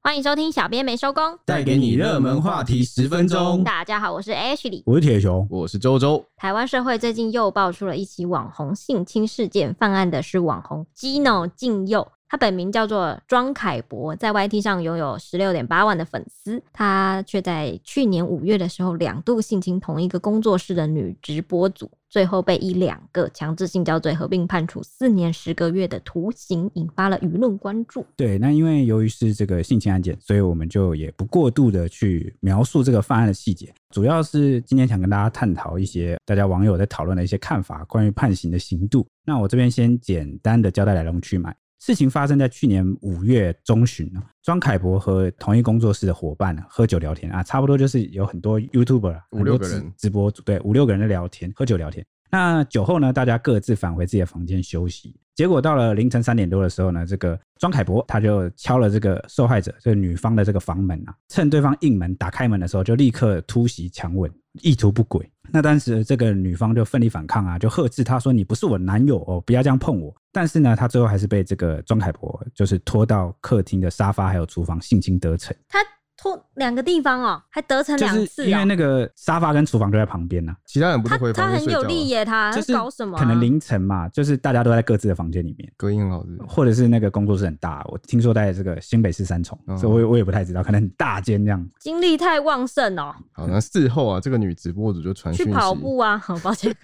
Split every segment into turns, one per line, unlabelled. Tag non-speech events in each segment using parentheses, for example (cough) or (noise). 欢迎收听《小编没收工》，
带给你热门话题十分钟。
大家好，我是 Ashley。
我是铁熊，
我是周周，
台湾社会最近又爆出了一起网红性侵事件，犯案的是网红 Gino 敬佑，他本名叫做庄凯博，在 YT 上拥有十六点八万的粉丝，他却在去年五月的时候两度性侵同一个工作室的女直播主，最后被以两个强制性交罪合并判处四年十个月的徒刑，引发了舆论关注。
对，那因为由于是这个性侵案件，所以我们就也不过度的去描述这个犯案的细节，主要是今天想跟大家探讨一些大家网友在讨论的一些看法，关于判刑的刑度。那我这边先简单的交代来龙去脉。事情发生在去年五月中旬呢，庄凯博和同一工作室的伙伴呢喝酒聊天啊，差不多就是有很多 YouTuber 啊
五六
很多
个人
直直播主，对，五六个人在聊天，喝酒聊天。那酒后呢，大家各自返回自己的房间休息。结果到了凌晨三点多的时候呢，这个庄凯博他就敲了这个受害者，这个女方的这个房门啊，趁对方应门打开门的时候，就立刻突袭强吻，意图不轨。那当时这个女方就奋力反抗啊，就呵斥他说：“你不是我男友哦，不要这样碰我。”但是呢，他最后还是被这个庄凯博就是拖到客厅的沙发还有厨房性侵得逞，
他拖两个地方哦，还得逞
就
两次、
是
哦，
因为那个沙发跟厨房就在旁边呢、
其他人不是
他
回
他
房间
很
睡觉啊
有力
了，
耶，他
就
他
是
搞什么啊、
可能凌晨嘛，就是大家都在各自的房间里面。
隔音很好是不是
或者是那个工作室很大，我听说在这个新北市三重，
嗯
所以我也我也不太知道，可能很大间这样。
精力太旺盛哦，
好，那事后
(laughs)
啊，这个女直播主就传
去
讯息，
跑步啊， (laughs) 好抱
(laughs)
歉，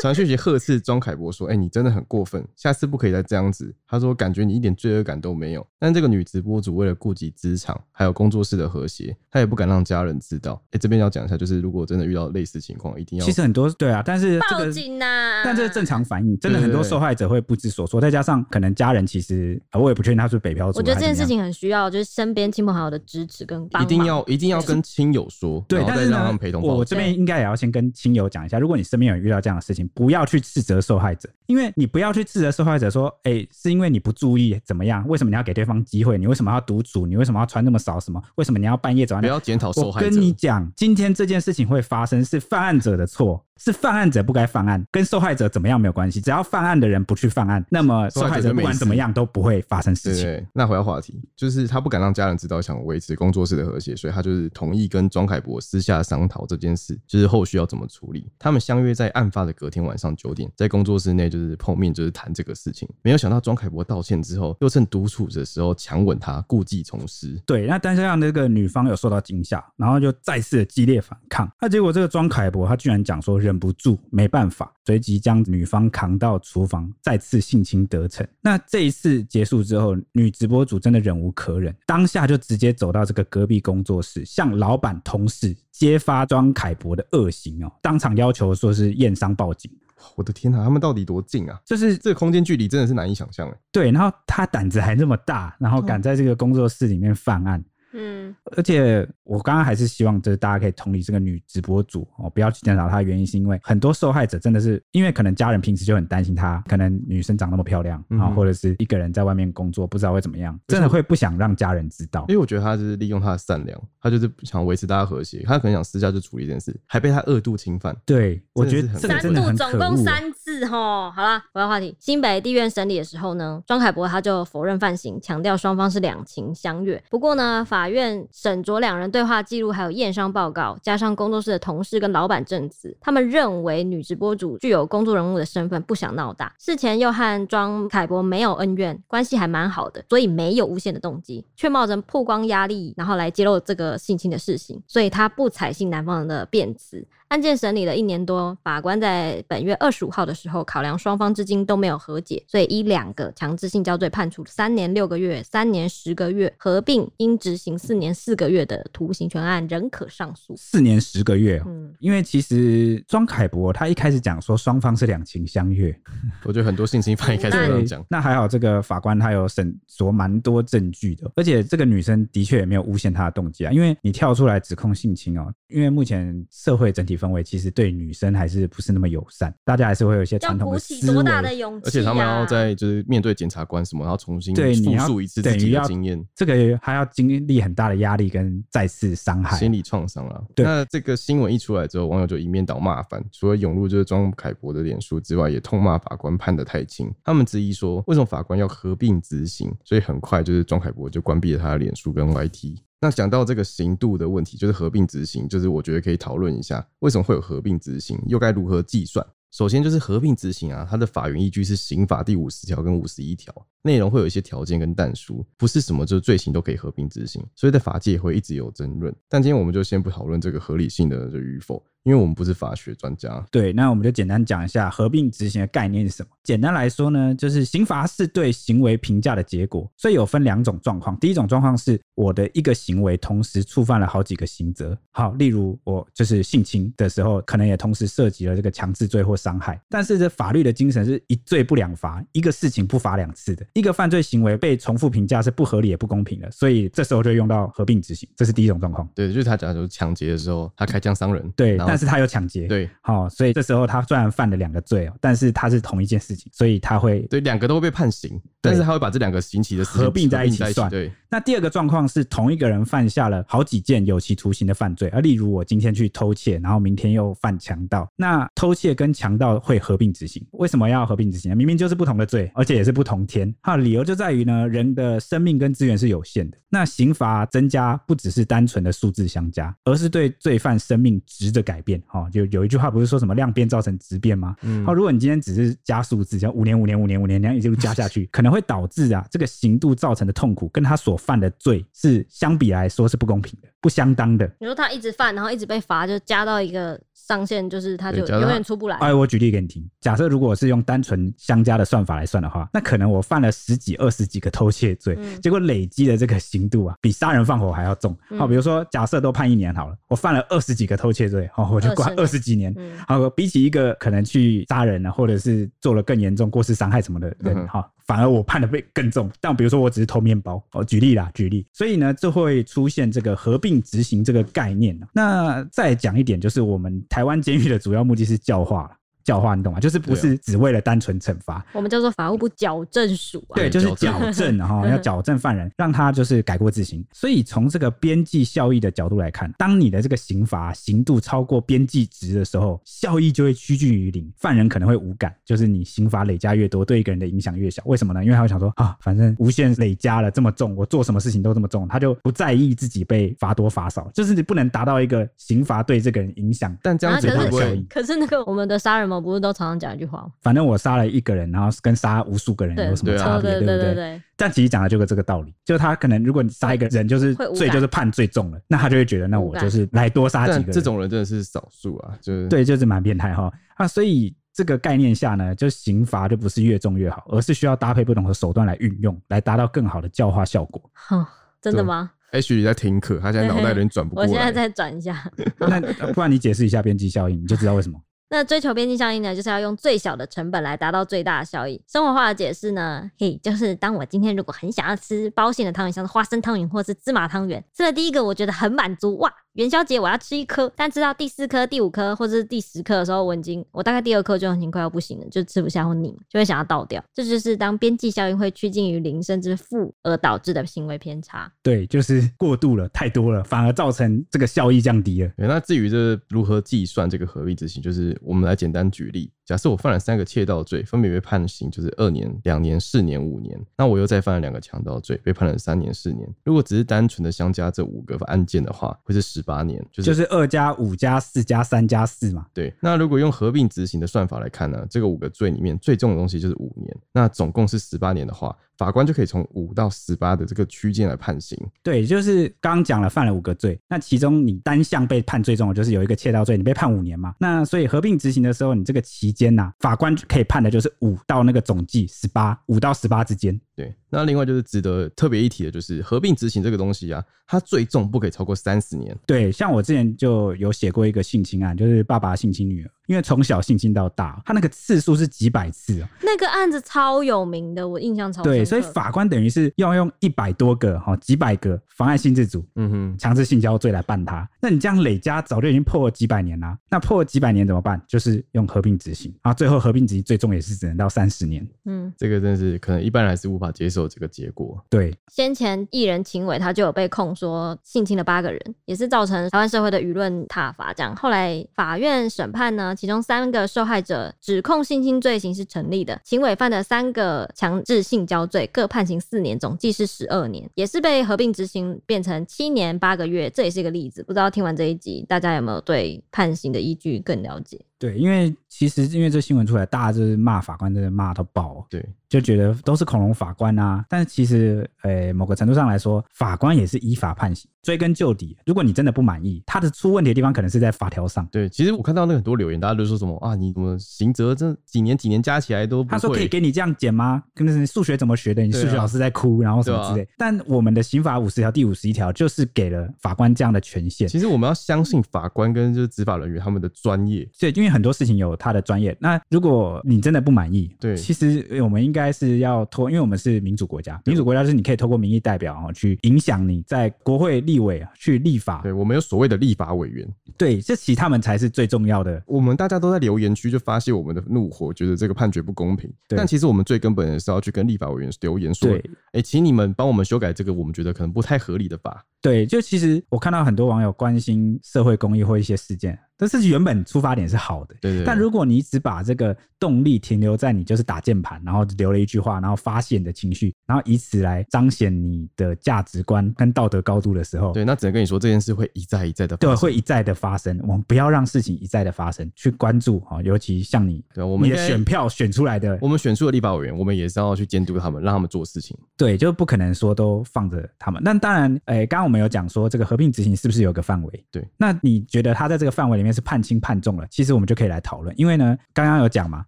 传讯息呵斥庄凯博说：“哎、你真的很过分，下次不可以再这样子。”他说：“感觉你一点罪恶感都没有。”但这个女直播主为了顾及职场还有工作室的和谐，她也不敢让家人知道。哎、这边要讲一下，就是如果真的遇到类似情况，一定要
其实很多对啊，但是这
报
个
警啊呐、
但这是正。常反应，真的
对对
很多
对
受害者会不知所措，再加上可能家人其实呃我也不确定他是北漂族，
我觉得这件事
还是怎
情
么样。
很需要，就是身边亲朋好友的支持跟帮
一
忙。
定要一定要跟亲友说，
对，
然后
但
再
是
让
呢
他们陪同报
我
警。
这边应该也要先跟亲友讲一下，如果你身边有遇到这样的事情，不要去斥责受害者，因为你不要去斥责受害者说，哎、是因为你不注意怎么样？为什么你要给对方机会？你为什么要独处？你为什么要穿那么少？什么？为什么你要半夜走在
不
那
要检讨受害者。
我跟你讲，今天这件事情会发生是犯案者的错，是犯案者不该犯案，跟受害者怎么样没有关系。只要犯案的人不去犯案，那么受害者不管怎么样都不会发生事
对
情。
对，那回到话题，就是他不敢让家人知道，想维持工作室的和谐，所以他就是同意跟庄凯博私下商讨这件事，就是后续要怎么处理。他们相约在案发的隔天晚上九点，在工作室内就是碰面，就是谈这个事情。没有想到庄凯博道歉之后，又趁独处的时候强吻她，故技重施。
对，那但是让那个女方有受到惊吓，然后就再次的激烈反抗。那结果这个庄凯博他居然讲说忍不住，没办法，随即将女方扛到厨房，再次性侵得逞。那这一次结束之后，女直播主真的忍无可忍，当下就直接走到这个隔壁工作室，向老板同事揭发庄凯博的恶行哦，当场要求说是验伤报警。
我的天哪、他们到底多近啊？
就是
这个空间距离真的是难以想象哎、
对，然后他胆子还那么大，然后敢在这个工作室里面犯案，
嗯，
而且我刚刚还是希望，就是大家可以同理这个女直播主哦，不要去检讨她的原因，是因为很多受害者真的是因为可能家人平时就很担心她，可能女生长那么漂亮
嗯
啊、
哼
或者是一个人在外面工作，不知道会怎么样，真的会不想让家人知道
因。为我觉得他就是利用他的善良，他就是想维持大家和谐，他可能想私下就处理这件事，还被他二度侵犯。
对，我觉得
真的是
三
很啊
这个真的
度
很
总
可
共
恶。啊
三次吼。好啦，回到话题，新北地院审理的时候呢，庄凯博他就否认犯行，强调双方是两情相悦。不过呢，法院审酌两人对话记录还有验伤报告，加上工作室的同事跟老板证词，他们认为女直播主具有工作人物的身份，不想闹大。事前又和庄凯博没有恩怨，关系还蛮好的，所以没有诬陷的动机，却冒着曝光压力，然后来揭露这个性侵的事情，所以他不采信男方的辩词，案件审理了一年多，法官在本月二十五号的时候考量双方至今都没有和解，所以依两个强制性交罪判处三年六个月、三年十个月，合并应执行四年四个月的徒刑全案仍可上诉。
四年十个月哦、
嗯，
因为其实庄凯博他一开始讲说双方是两情相悦，
我觉得很多性侵犯一开始
那
都这
对
样讲，，
那还好，这个法官他有审酌蛮多证据的，而且这个女生的确也没有诬陷她的动机啊，因为你跳出来指控性侵哦，因为目前社会整体氛围其实对女生还是不是那么友善，大家还是会有一些
要
传统
鼓
的
起
思
多
维。
大的勇气、啊！
而且他们要在就是面对检察官什么，然后重新
对你
复
要
述一次
对
自己
你
的
要
经验。
这个还要经历力很大的压力跟再次伤害。
心理创伤啊。
对
那这个新闻一出来之后，网友就一面倒骂翻，除了涌入就是庄凯博的脸书之外，也痛骂法官判得太轻。他们质疑说，为什么法官要合并执行？所以很快就是庄凯博就关闭了他的脸书跟 YT。那讲到这个刑度的问题，就是合并执行，就是我觉得可以讨论一下，为什么会有合并执行，又该如何计算？首先就是合并执行啊，它的法源依据是刑法第五十条跟五十一条，内容会有一些条件跟但书，不是什么就是罪行都可以合并执行，所以在法界也会一直有争论。但今天我们就先不讨论这个合理性的与否，因为我们不是法学专家。
对，那我们就简单讲一下合并执行的概念是什么。简单来说呢，就是刑罚是对行为评价的结果，所以有分两种状况。第一种状况是我的一个行为同时触犯了好几个刑责，好，例如我就是性侵的时候，可能也同时涉及了这个强制罪或伤害。但是这法律的精神是一罪不两罚，一个事情不罚两次的，一个犯罪行为被重复评价是不合理也不公平的，所以这时候就用到合并执行，这是第一种状况。
对，就是他假如抢劫的时候，他开枪伤人，
对，
然后
但是他有抢劫，
对
好、所以这时候他虽然犯了两个罪哦，但是他是同一件事情，所以他会。
对两个都会被判刑，但是他会把这两个刑期的事情
合并在一起算
对，
那第二个状况是同一个人犯下了好几件有期徒刑的犯罪，啊而例如我今天去偷窃，然后明天又犯强盗，那偷窃跟强盗会合并执行，为什么要合并执行呢？明明就是不同的罪，而且也是不同天。它的理由就在于呢，人的生命跟资源是有限的，那刑罚增加不只是单纯的数字相加，而是对罪犯生命值的改变。哈、哦，就有一句话不是说什么量变造成质变吗？
嗯
哦好，如果你今天只是加数字，像五年、五年、五年、五年，然后一路加下 (laughs) 去，可能会导致啊这个刑度造成的痛苦跟他所犯的罪是相比来说是不公平的、不相当的。
你说他一直犯，然后一直被罚，就加到一个上限，就是他就
对加到
永远出不来。
哎，我举例给你听。假设如果是用单纯相加的算法来算的话，那可能我犯了十几、二十几个偷窃罪，
嗯
结果累积的这个刑度啊，比杀人放火还要重。好、
嗯
比如说假设都判一年好了，我犯了二十几个偷窃罪，好、我就关
20
二十几年。
嗯，
好，比起一个可能去杀人啊，或者是做了更严重过失伤害什么的
嗯
人，
哼
哈、反而我判的被更重。但比如说我只是偷面包，哦，举例啦，举例，所以呢，就会出现这个合并执行这个概念啊。那再讲一点，就是我们台湾监狱的主要目的是教化了。教化你懂吗？就是不
对哦
是只为了单纯惩罚，
我们叫做法务部矫正署啊。
对，就是
矫
矫正 (laughs) 哈，要矫正犯人，让他就是改过自新。所以从这个边际效益的角度来看，当你的这个刑罚刑度超过边际值的时候，效益就会趋近于零，犯人可能会无感，就是你刑罚累加越多，对一个人的影响越小。为什么呢？因为他会想说啊，反正无限累加了这么重，我做什么事情都这么重，他就不在意自己被罚多罚少，就是你不能达到一个刑罚对这个人影响
但这
然后
样子
可
啊
会不
效
是
会
益？
可是那个我们的杀人魔不是都常常讲一句话吗？
反正我杀了一个人，然后跟杀无数个人
对
有什么
对啊
差
哦
别，
对
对不
对
对？
对，
但其实讲的就是这个道理，就是他可能如果你杀一个人，就是
会无感
罪就是判最重了，那他就会觉得那我就是来多杀几
但
个人，
这种人真的是少数啊，就是
对，就是蛮变态哈啊，所以。这个概念下呢，就是刑罚就不是越重越好，而是需要搭配不同的手段来运用，来达到更好的教化效果。
(laughs)
哼，真的吗？ (laughs)
H 里在停课，他现在脑袋有点转不过
我
来。
现在再转一下。 (laughs)
那不然你解释一下边际效应，你就知道为什么。
那追求边际效益呢，就是要用最小的成本来达到最大的效益。生活化的解释呢，嘿，就是当我今天如果很想要吃包馅的汤圆，像是花生汤圆或是芝麻汤圆，吃了第一个我觉得很满足，哇，元宵节我要吃一颗，但吃到第四颗、第五颗或是第十颗的时候，我已经我大概第二颗就已经快要不行了，就吃不下或腻，就会想要倒掉。这就是当边际效应会趋近于零甚至负而导致的行为偏差。
对，就是过度了，太多了，反而造成这个效益降低了。
对，那至于这如何计算这个合并执行，就是我们来简单举例，假设我犯了三个窃盗罪，分别被判刑就是二年、两年、四年、五年，那我又再犯了两个强盗罪，被判了三年、四年。如果只是单纯的相加这五个案件的话，会是十八年，就是、
就是二加五加四加三加四嘛，
对。那如果用合并执行的算法来看呢，这个五个罪里面最重的东西就是五年，那总共是十八年的话，法官就可以从五到十八的这个区间来判刑。
对，就是刚刚讲了犯了五个罪，那其中你单项被判最重的就是有一个窃盗罪，你被判五年嘛。那所以合并执行的时候，你这个期间呐、法官可以判的就是五到那个总计十八，五到十八之间。
对，那另外就是值得特别一提的，就是合并执行这个东西啊，它最重不可以超过三十年。
对，像我之前就有写过一个性侵案，就是爸爸性侵女儿，因为从小性侵到大，他那个次数是几百次哦。
那个案子超有名的，我印象超深刻。
对，所以法官等于是要用一百多个哈、几百个妨碍性自主，
嗯哼，
强制性交罪来办它。那你这样累加，早就已经破了几百年啦。那破了几百年怎么办？就是用合并执行啊。最后合并执行最重也是只能到三十年。
嗯，
这个真是可能一般人还是无法接受受这个结果。
对，
先前艺人秦伟他就有被控说性侵了八个人，也是造成台湾社会的舆论挞伐。这样，后来法院审判呢，其中三个受害者指控性侵罪行是成立的，秦伟犯的三个强制性交罪各判刑四年，总计是十二年，也是被合并执行变成七年八个月，这也是一个例子。不知道听完这一集，大家有没有对判刑的依据更了解？
对，因为其实因为这新闻出来，大家就是骂法官，真的骂到爆哦，
对，
就觉得都是恐龙法官啊。但是其实，呃，某个程度上来说，法官也是依法判刑。追根究底，如果你真的不满意，他的出问题的地方可能是在法条上。
对，其实我看到那个很多留言，大家都说什么啊，你怎么刑责这几年几年加起来都不
他说可以
会，
给你这样减吗？跟那是数学怎么学的？你
对啊啊
数学老师在哭，然后什么之类。但我们的刑法五十条第五十一条就是给了法官这样的权限。
其实我们要相信法官跟就是执法人员他们的专业。
所以，因为很多事情有他的专业。那如果你真的不满意，
对
其实呃我们应该是要透，因为我们是民主国家，民主国家就是你可以透过民意代表哦去影响你在国会立委啊去立法
对，我们有所谓的立法委员，
对，这其实他们才是最重要的。
我们大家都在留言区就发泄我们的怒火，觉得这个判决不公平。
对
但其实我们最根本的是要去跟立法委员留言说，
对
哎、请你们帮我们修改这个我们觉得可能不太合理的法。
对，就其实我看到很多网友关心社会公益或一些事件，但是原本出发点是好的。
对对对
但如果你只把这个动力停留在你就是打键盘，然后留了一句话，然后发泄你的情绪，然后以此来彰显你的价值观跟道德高度的时候，
对，那只能跟你说这件事会一再一再的
对，会一再的发生。我们不要让事情一再的发生，去关注啊、哦尤其像你，
对啊我们
你的
应该
选票选出来的，
我们选出的立法委员，我们也是要去监督他们，让他们做事情。
对，就不可能说都放着他们。但当然，诶、刚刚我们有讲说这个合并执行是不是有个范围？
对，
那你觉得他在这个范围里面是判轻判重了？其实我们就可以来讨论，因为呢，刚刚有讲嘛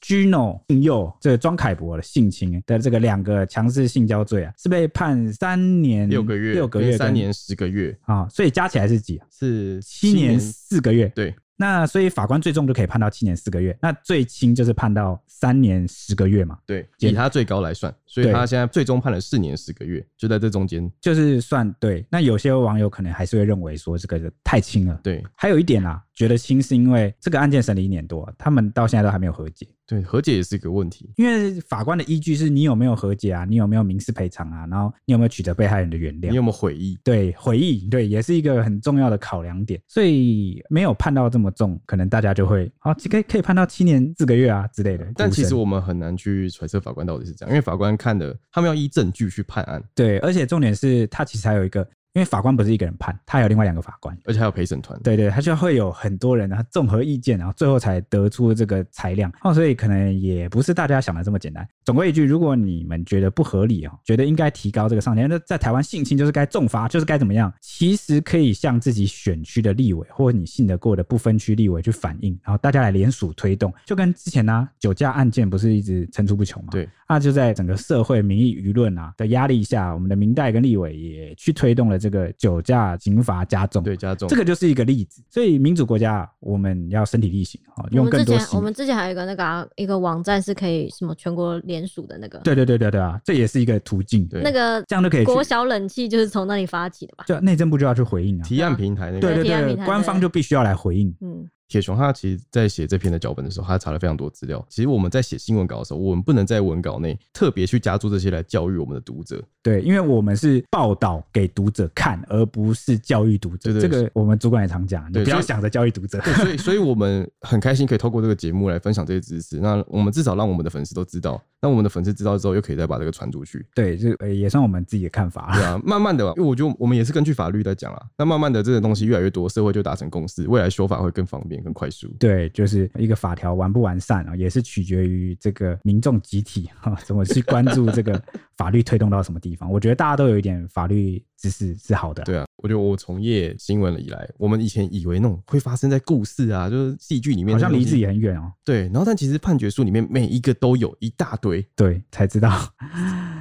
，Gino 性诱这个庄凯博的性侵的这个两个强制性交罪啊，是被判三年
六个月，
嗯六个月跟
三年十个月
啊、所以加起来是几啊？
是
七年四个月。
对
那所以法官最重就可以判到七年四个月，那最轻就是判到三年十个月嘛，
对，
简
以他最高来算，所以
对
他现在最终判了四年十个月，就在这中间。
就是算对。那有些网友可能还是会认为说这个太轻了。
对
还有一点啊，觉得轻是因为这个案件审理一年多，他们到现在都还没有和解，
对，和解也是一个问题。
因为法官的依据是你有没有和解啊，你有没有民事赔偿啊，然后你有没有取得被害人的原
你
谅
有。没有悔意？
对，回忆对也是一个很重要的考量点，所以没有判到这么重，可能大家就会啊，可以可以判到七年四个月啊之类的。
但
无
其
声
实我们很难去揣测法官到底是这样，因为法官看的，他们要依证据去判案，
对，而且重点是他其实还有一个，因为法官不是一个人判，他还有另外两个法官。
而且还有陪审团。
对对，他就会有很多人，然后综合意见，然后最后才得出这个裁量。哦，所以可能也不是大家想的这么简单。总归一句，如果你们觉得不合理哦，觉得应该提高这个上限，那在台湾性侵就是该重罚，就是该怎么样，其实可以向自己选区的立委或你信得过的不分区立委去反映，然后大家来联署推动。就跟之前呢、酒驾案件不是一直层出不穷嘛？
对，
那就在整个社会民意舆论啊的压力下，我们的明代跟立委也去推动了这个酒驾刑罚加重。
对，加重
这个就是一个例子。所以民主国家，我们要身体力行啊，
我
用
们
更
之
多
前我
行。
们之前还有一个那个、啊、一个网站是可以什么全国联署的那个，
对对对对对啊，这也是一个途径。
对
那个
这样就可以去
国小冷气就是从那里发起的吧？
就内政部就要去回应啊。
提案平台那
对
个
对
提案
对
平，台
官方就必须要来回应。
嗯，
铁熊，他其实在写这篇的脚本的时候，他查了非常多资料。其实我们在写新闻稿的时候，我们不能在文稿内特别去加注这些来教育我们的读者。
对，因为我们是报道给读者看，而不是教育读者。
对对
这个我们主管也常讲，你
对
不要
所以
想着教育读者。
对，所以所以我们很开心可以透过这个节目来分享这些知识。那我们至少让我们的粉丝都知道，那我们的粉丝知道之后，又可以再把这个传出去。
对，就呃也算我们自己的看法。
对啊，慢慢的吧，因为我觉得我们也是根据法律在讲啊啦。那慢慢的，这个东西越来越多，社会就达成共识，未来修法会更方便、更快速。
对，就是一个法条完不完善啊，也是取决于这个民众集体哈、怎么去关注这个法律推动到什么地方。我觉得大家都有一点法律知识是好的啊，
对啊，我觉得我从业新闻以来，我们以前以为那种会发生在故事啊，就是戏剧里面的
好
东
像
西，
离自己很远哦。
对。然后，但其实判决书里面每一个都有一大堆
对，才
(laughs)
知道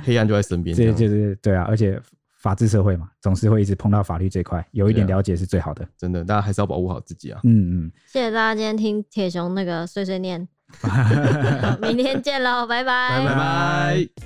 黑暗就在身边这
这
样，
就是对啊，而且法治社会嘛，总是会一直碰到法律这一块，有一点
对啊
了解是最好的。
真的，大家还是要保护好自己啊。
嗯嗯，
谢谢大家今天听铁熊那个碎碎念，明天见喽，拜拜
拜拜。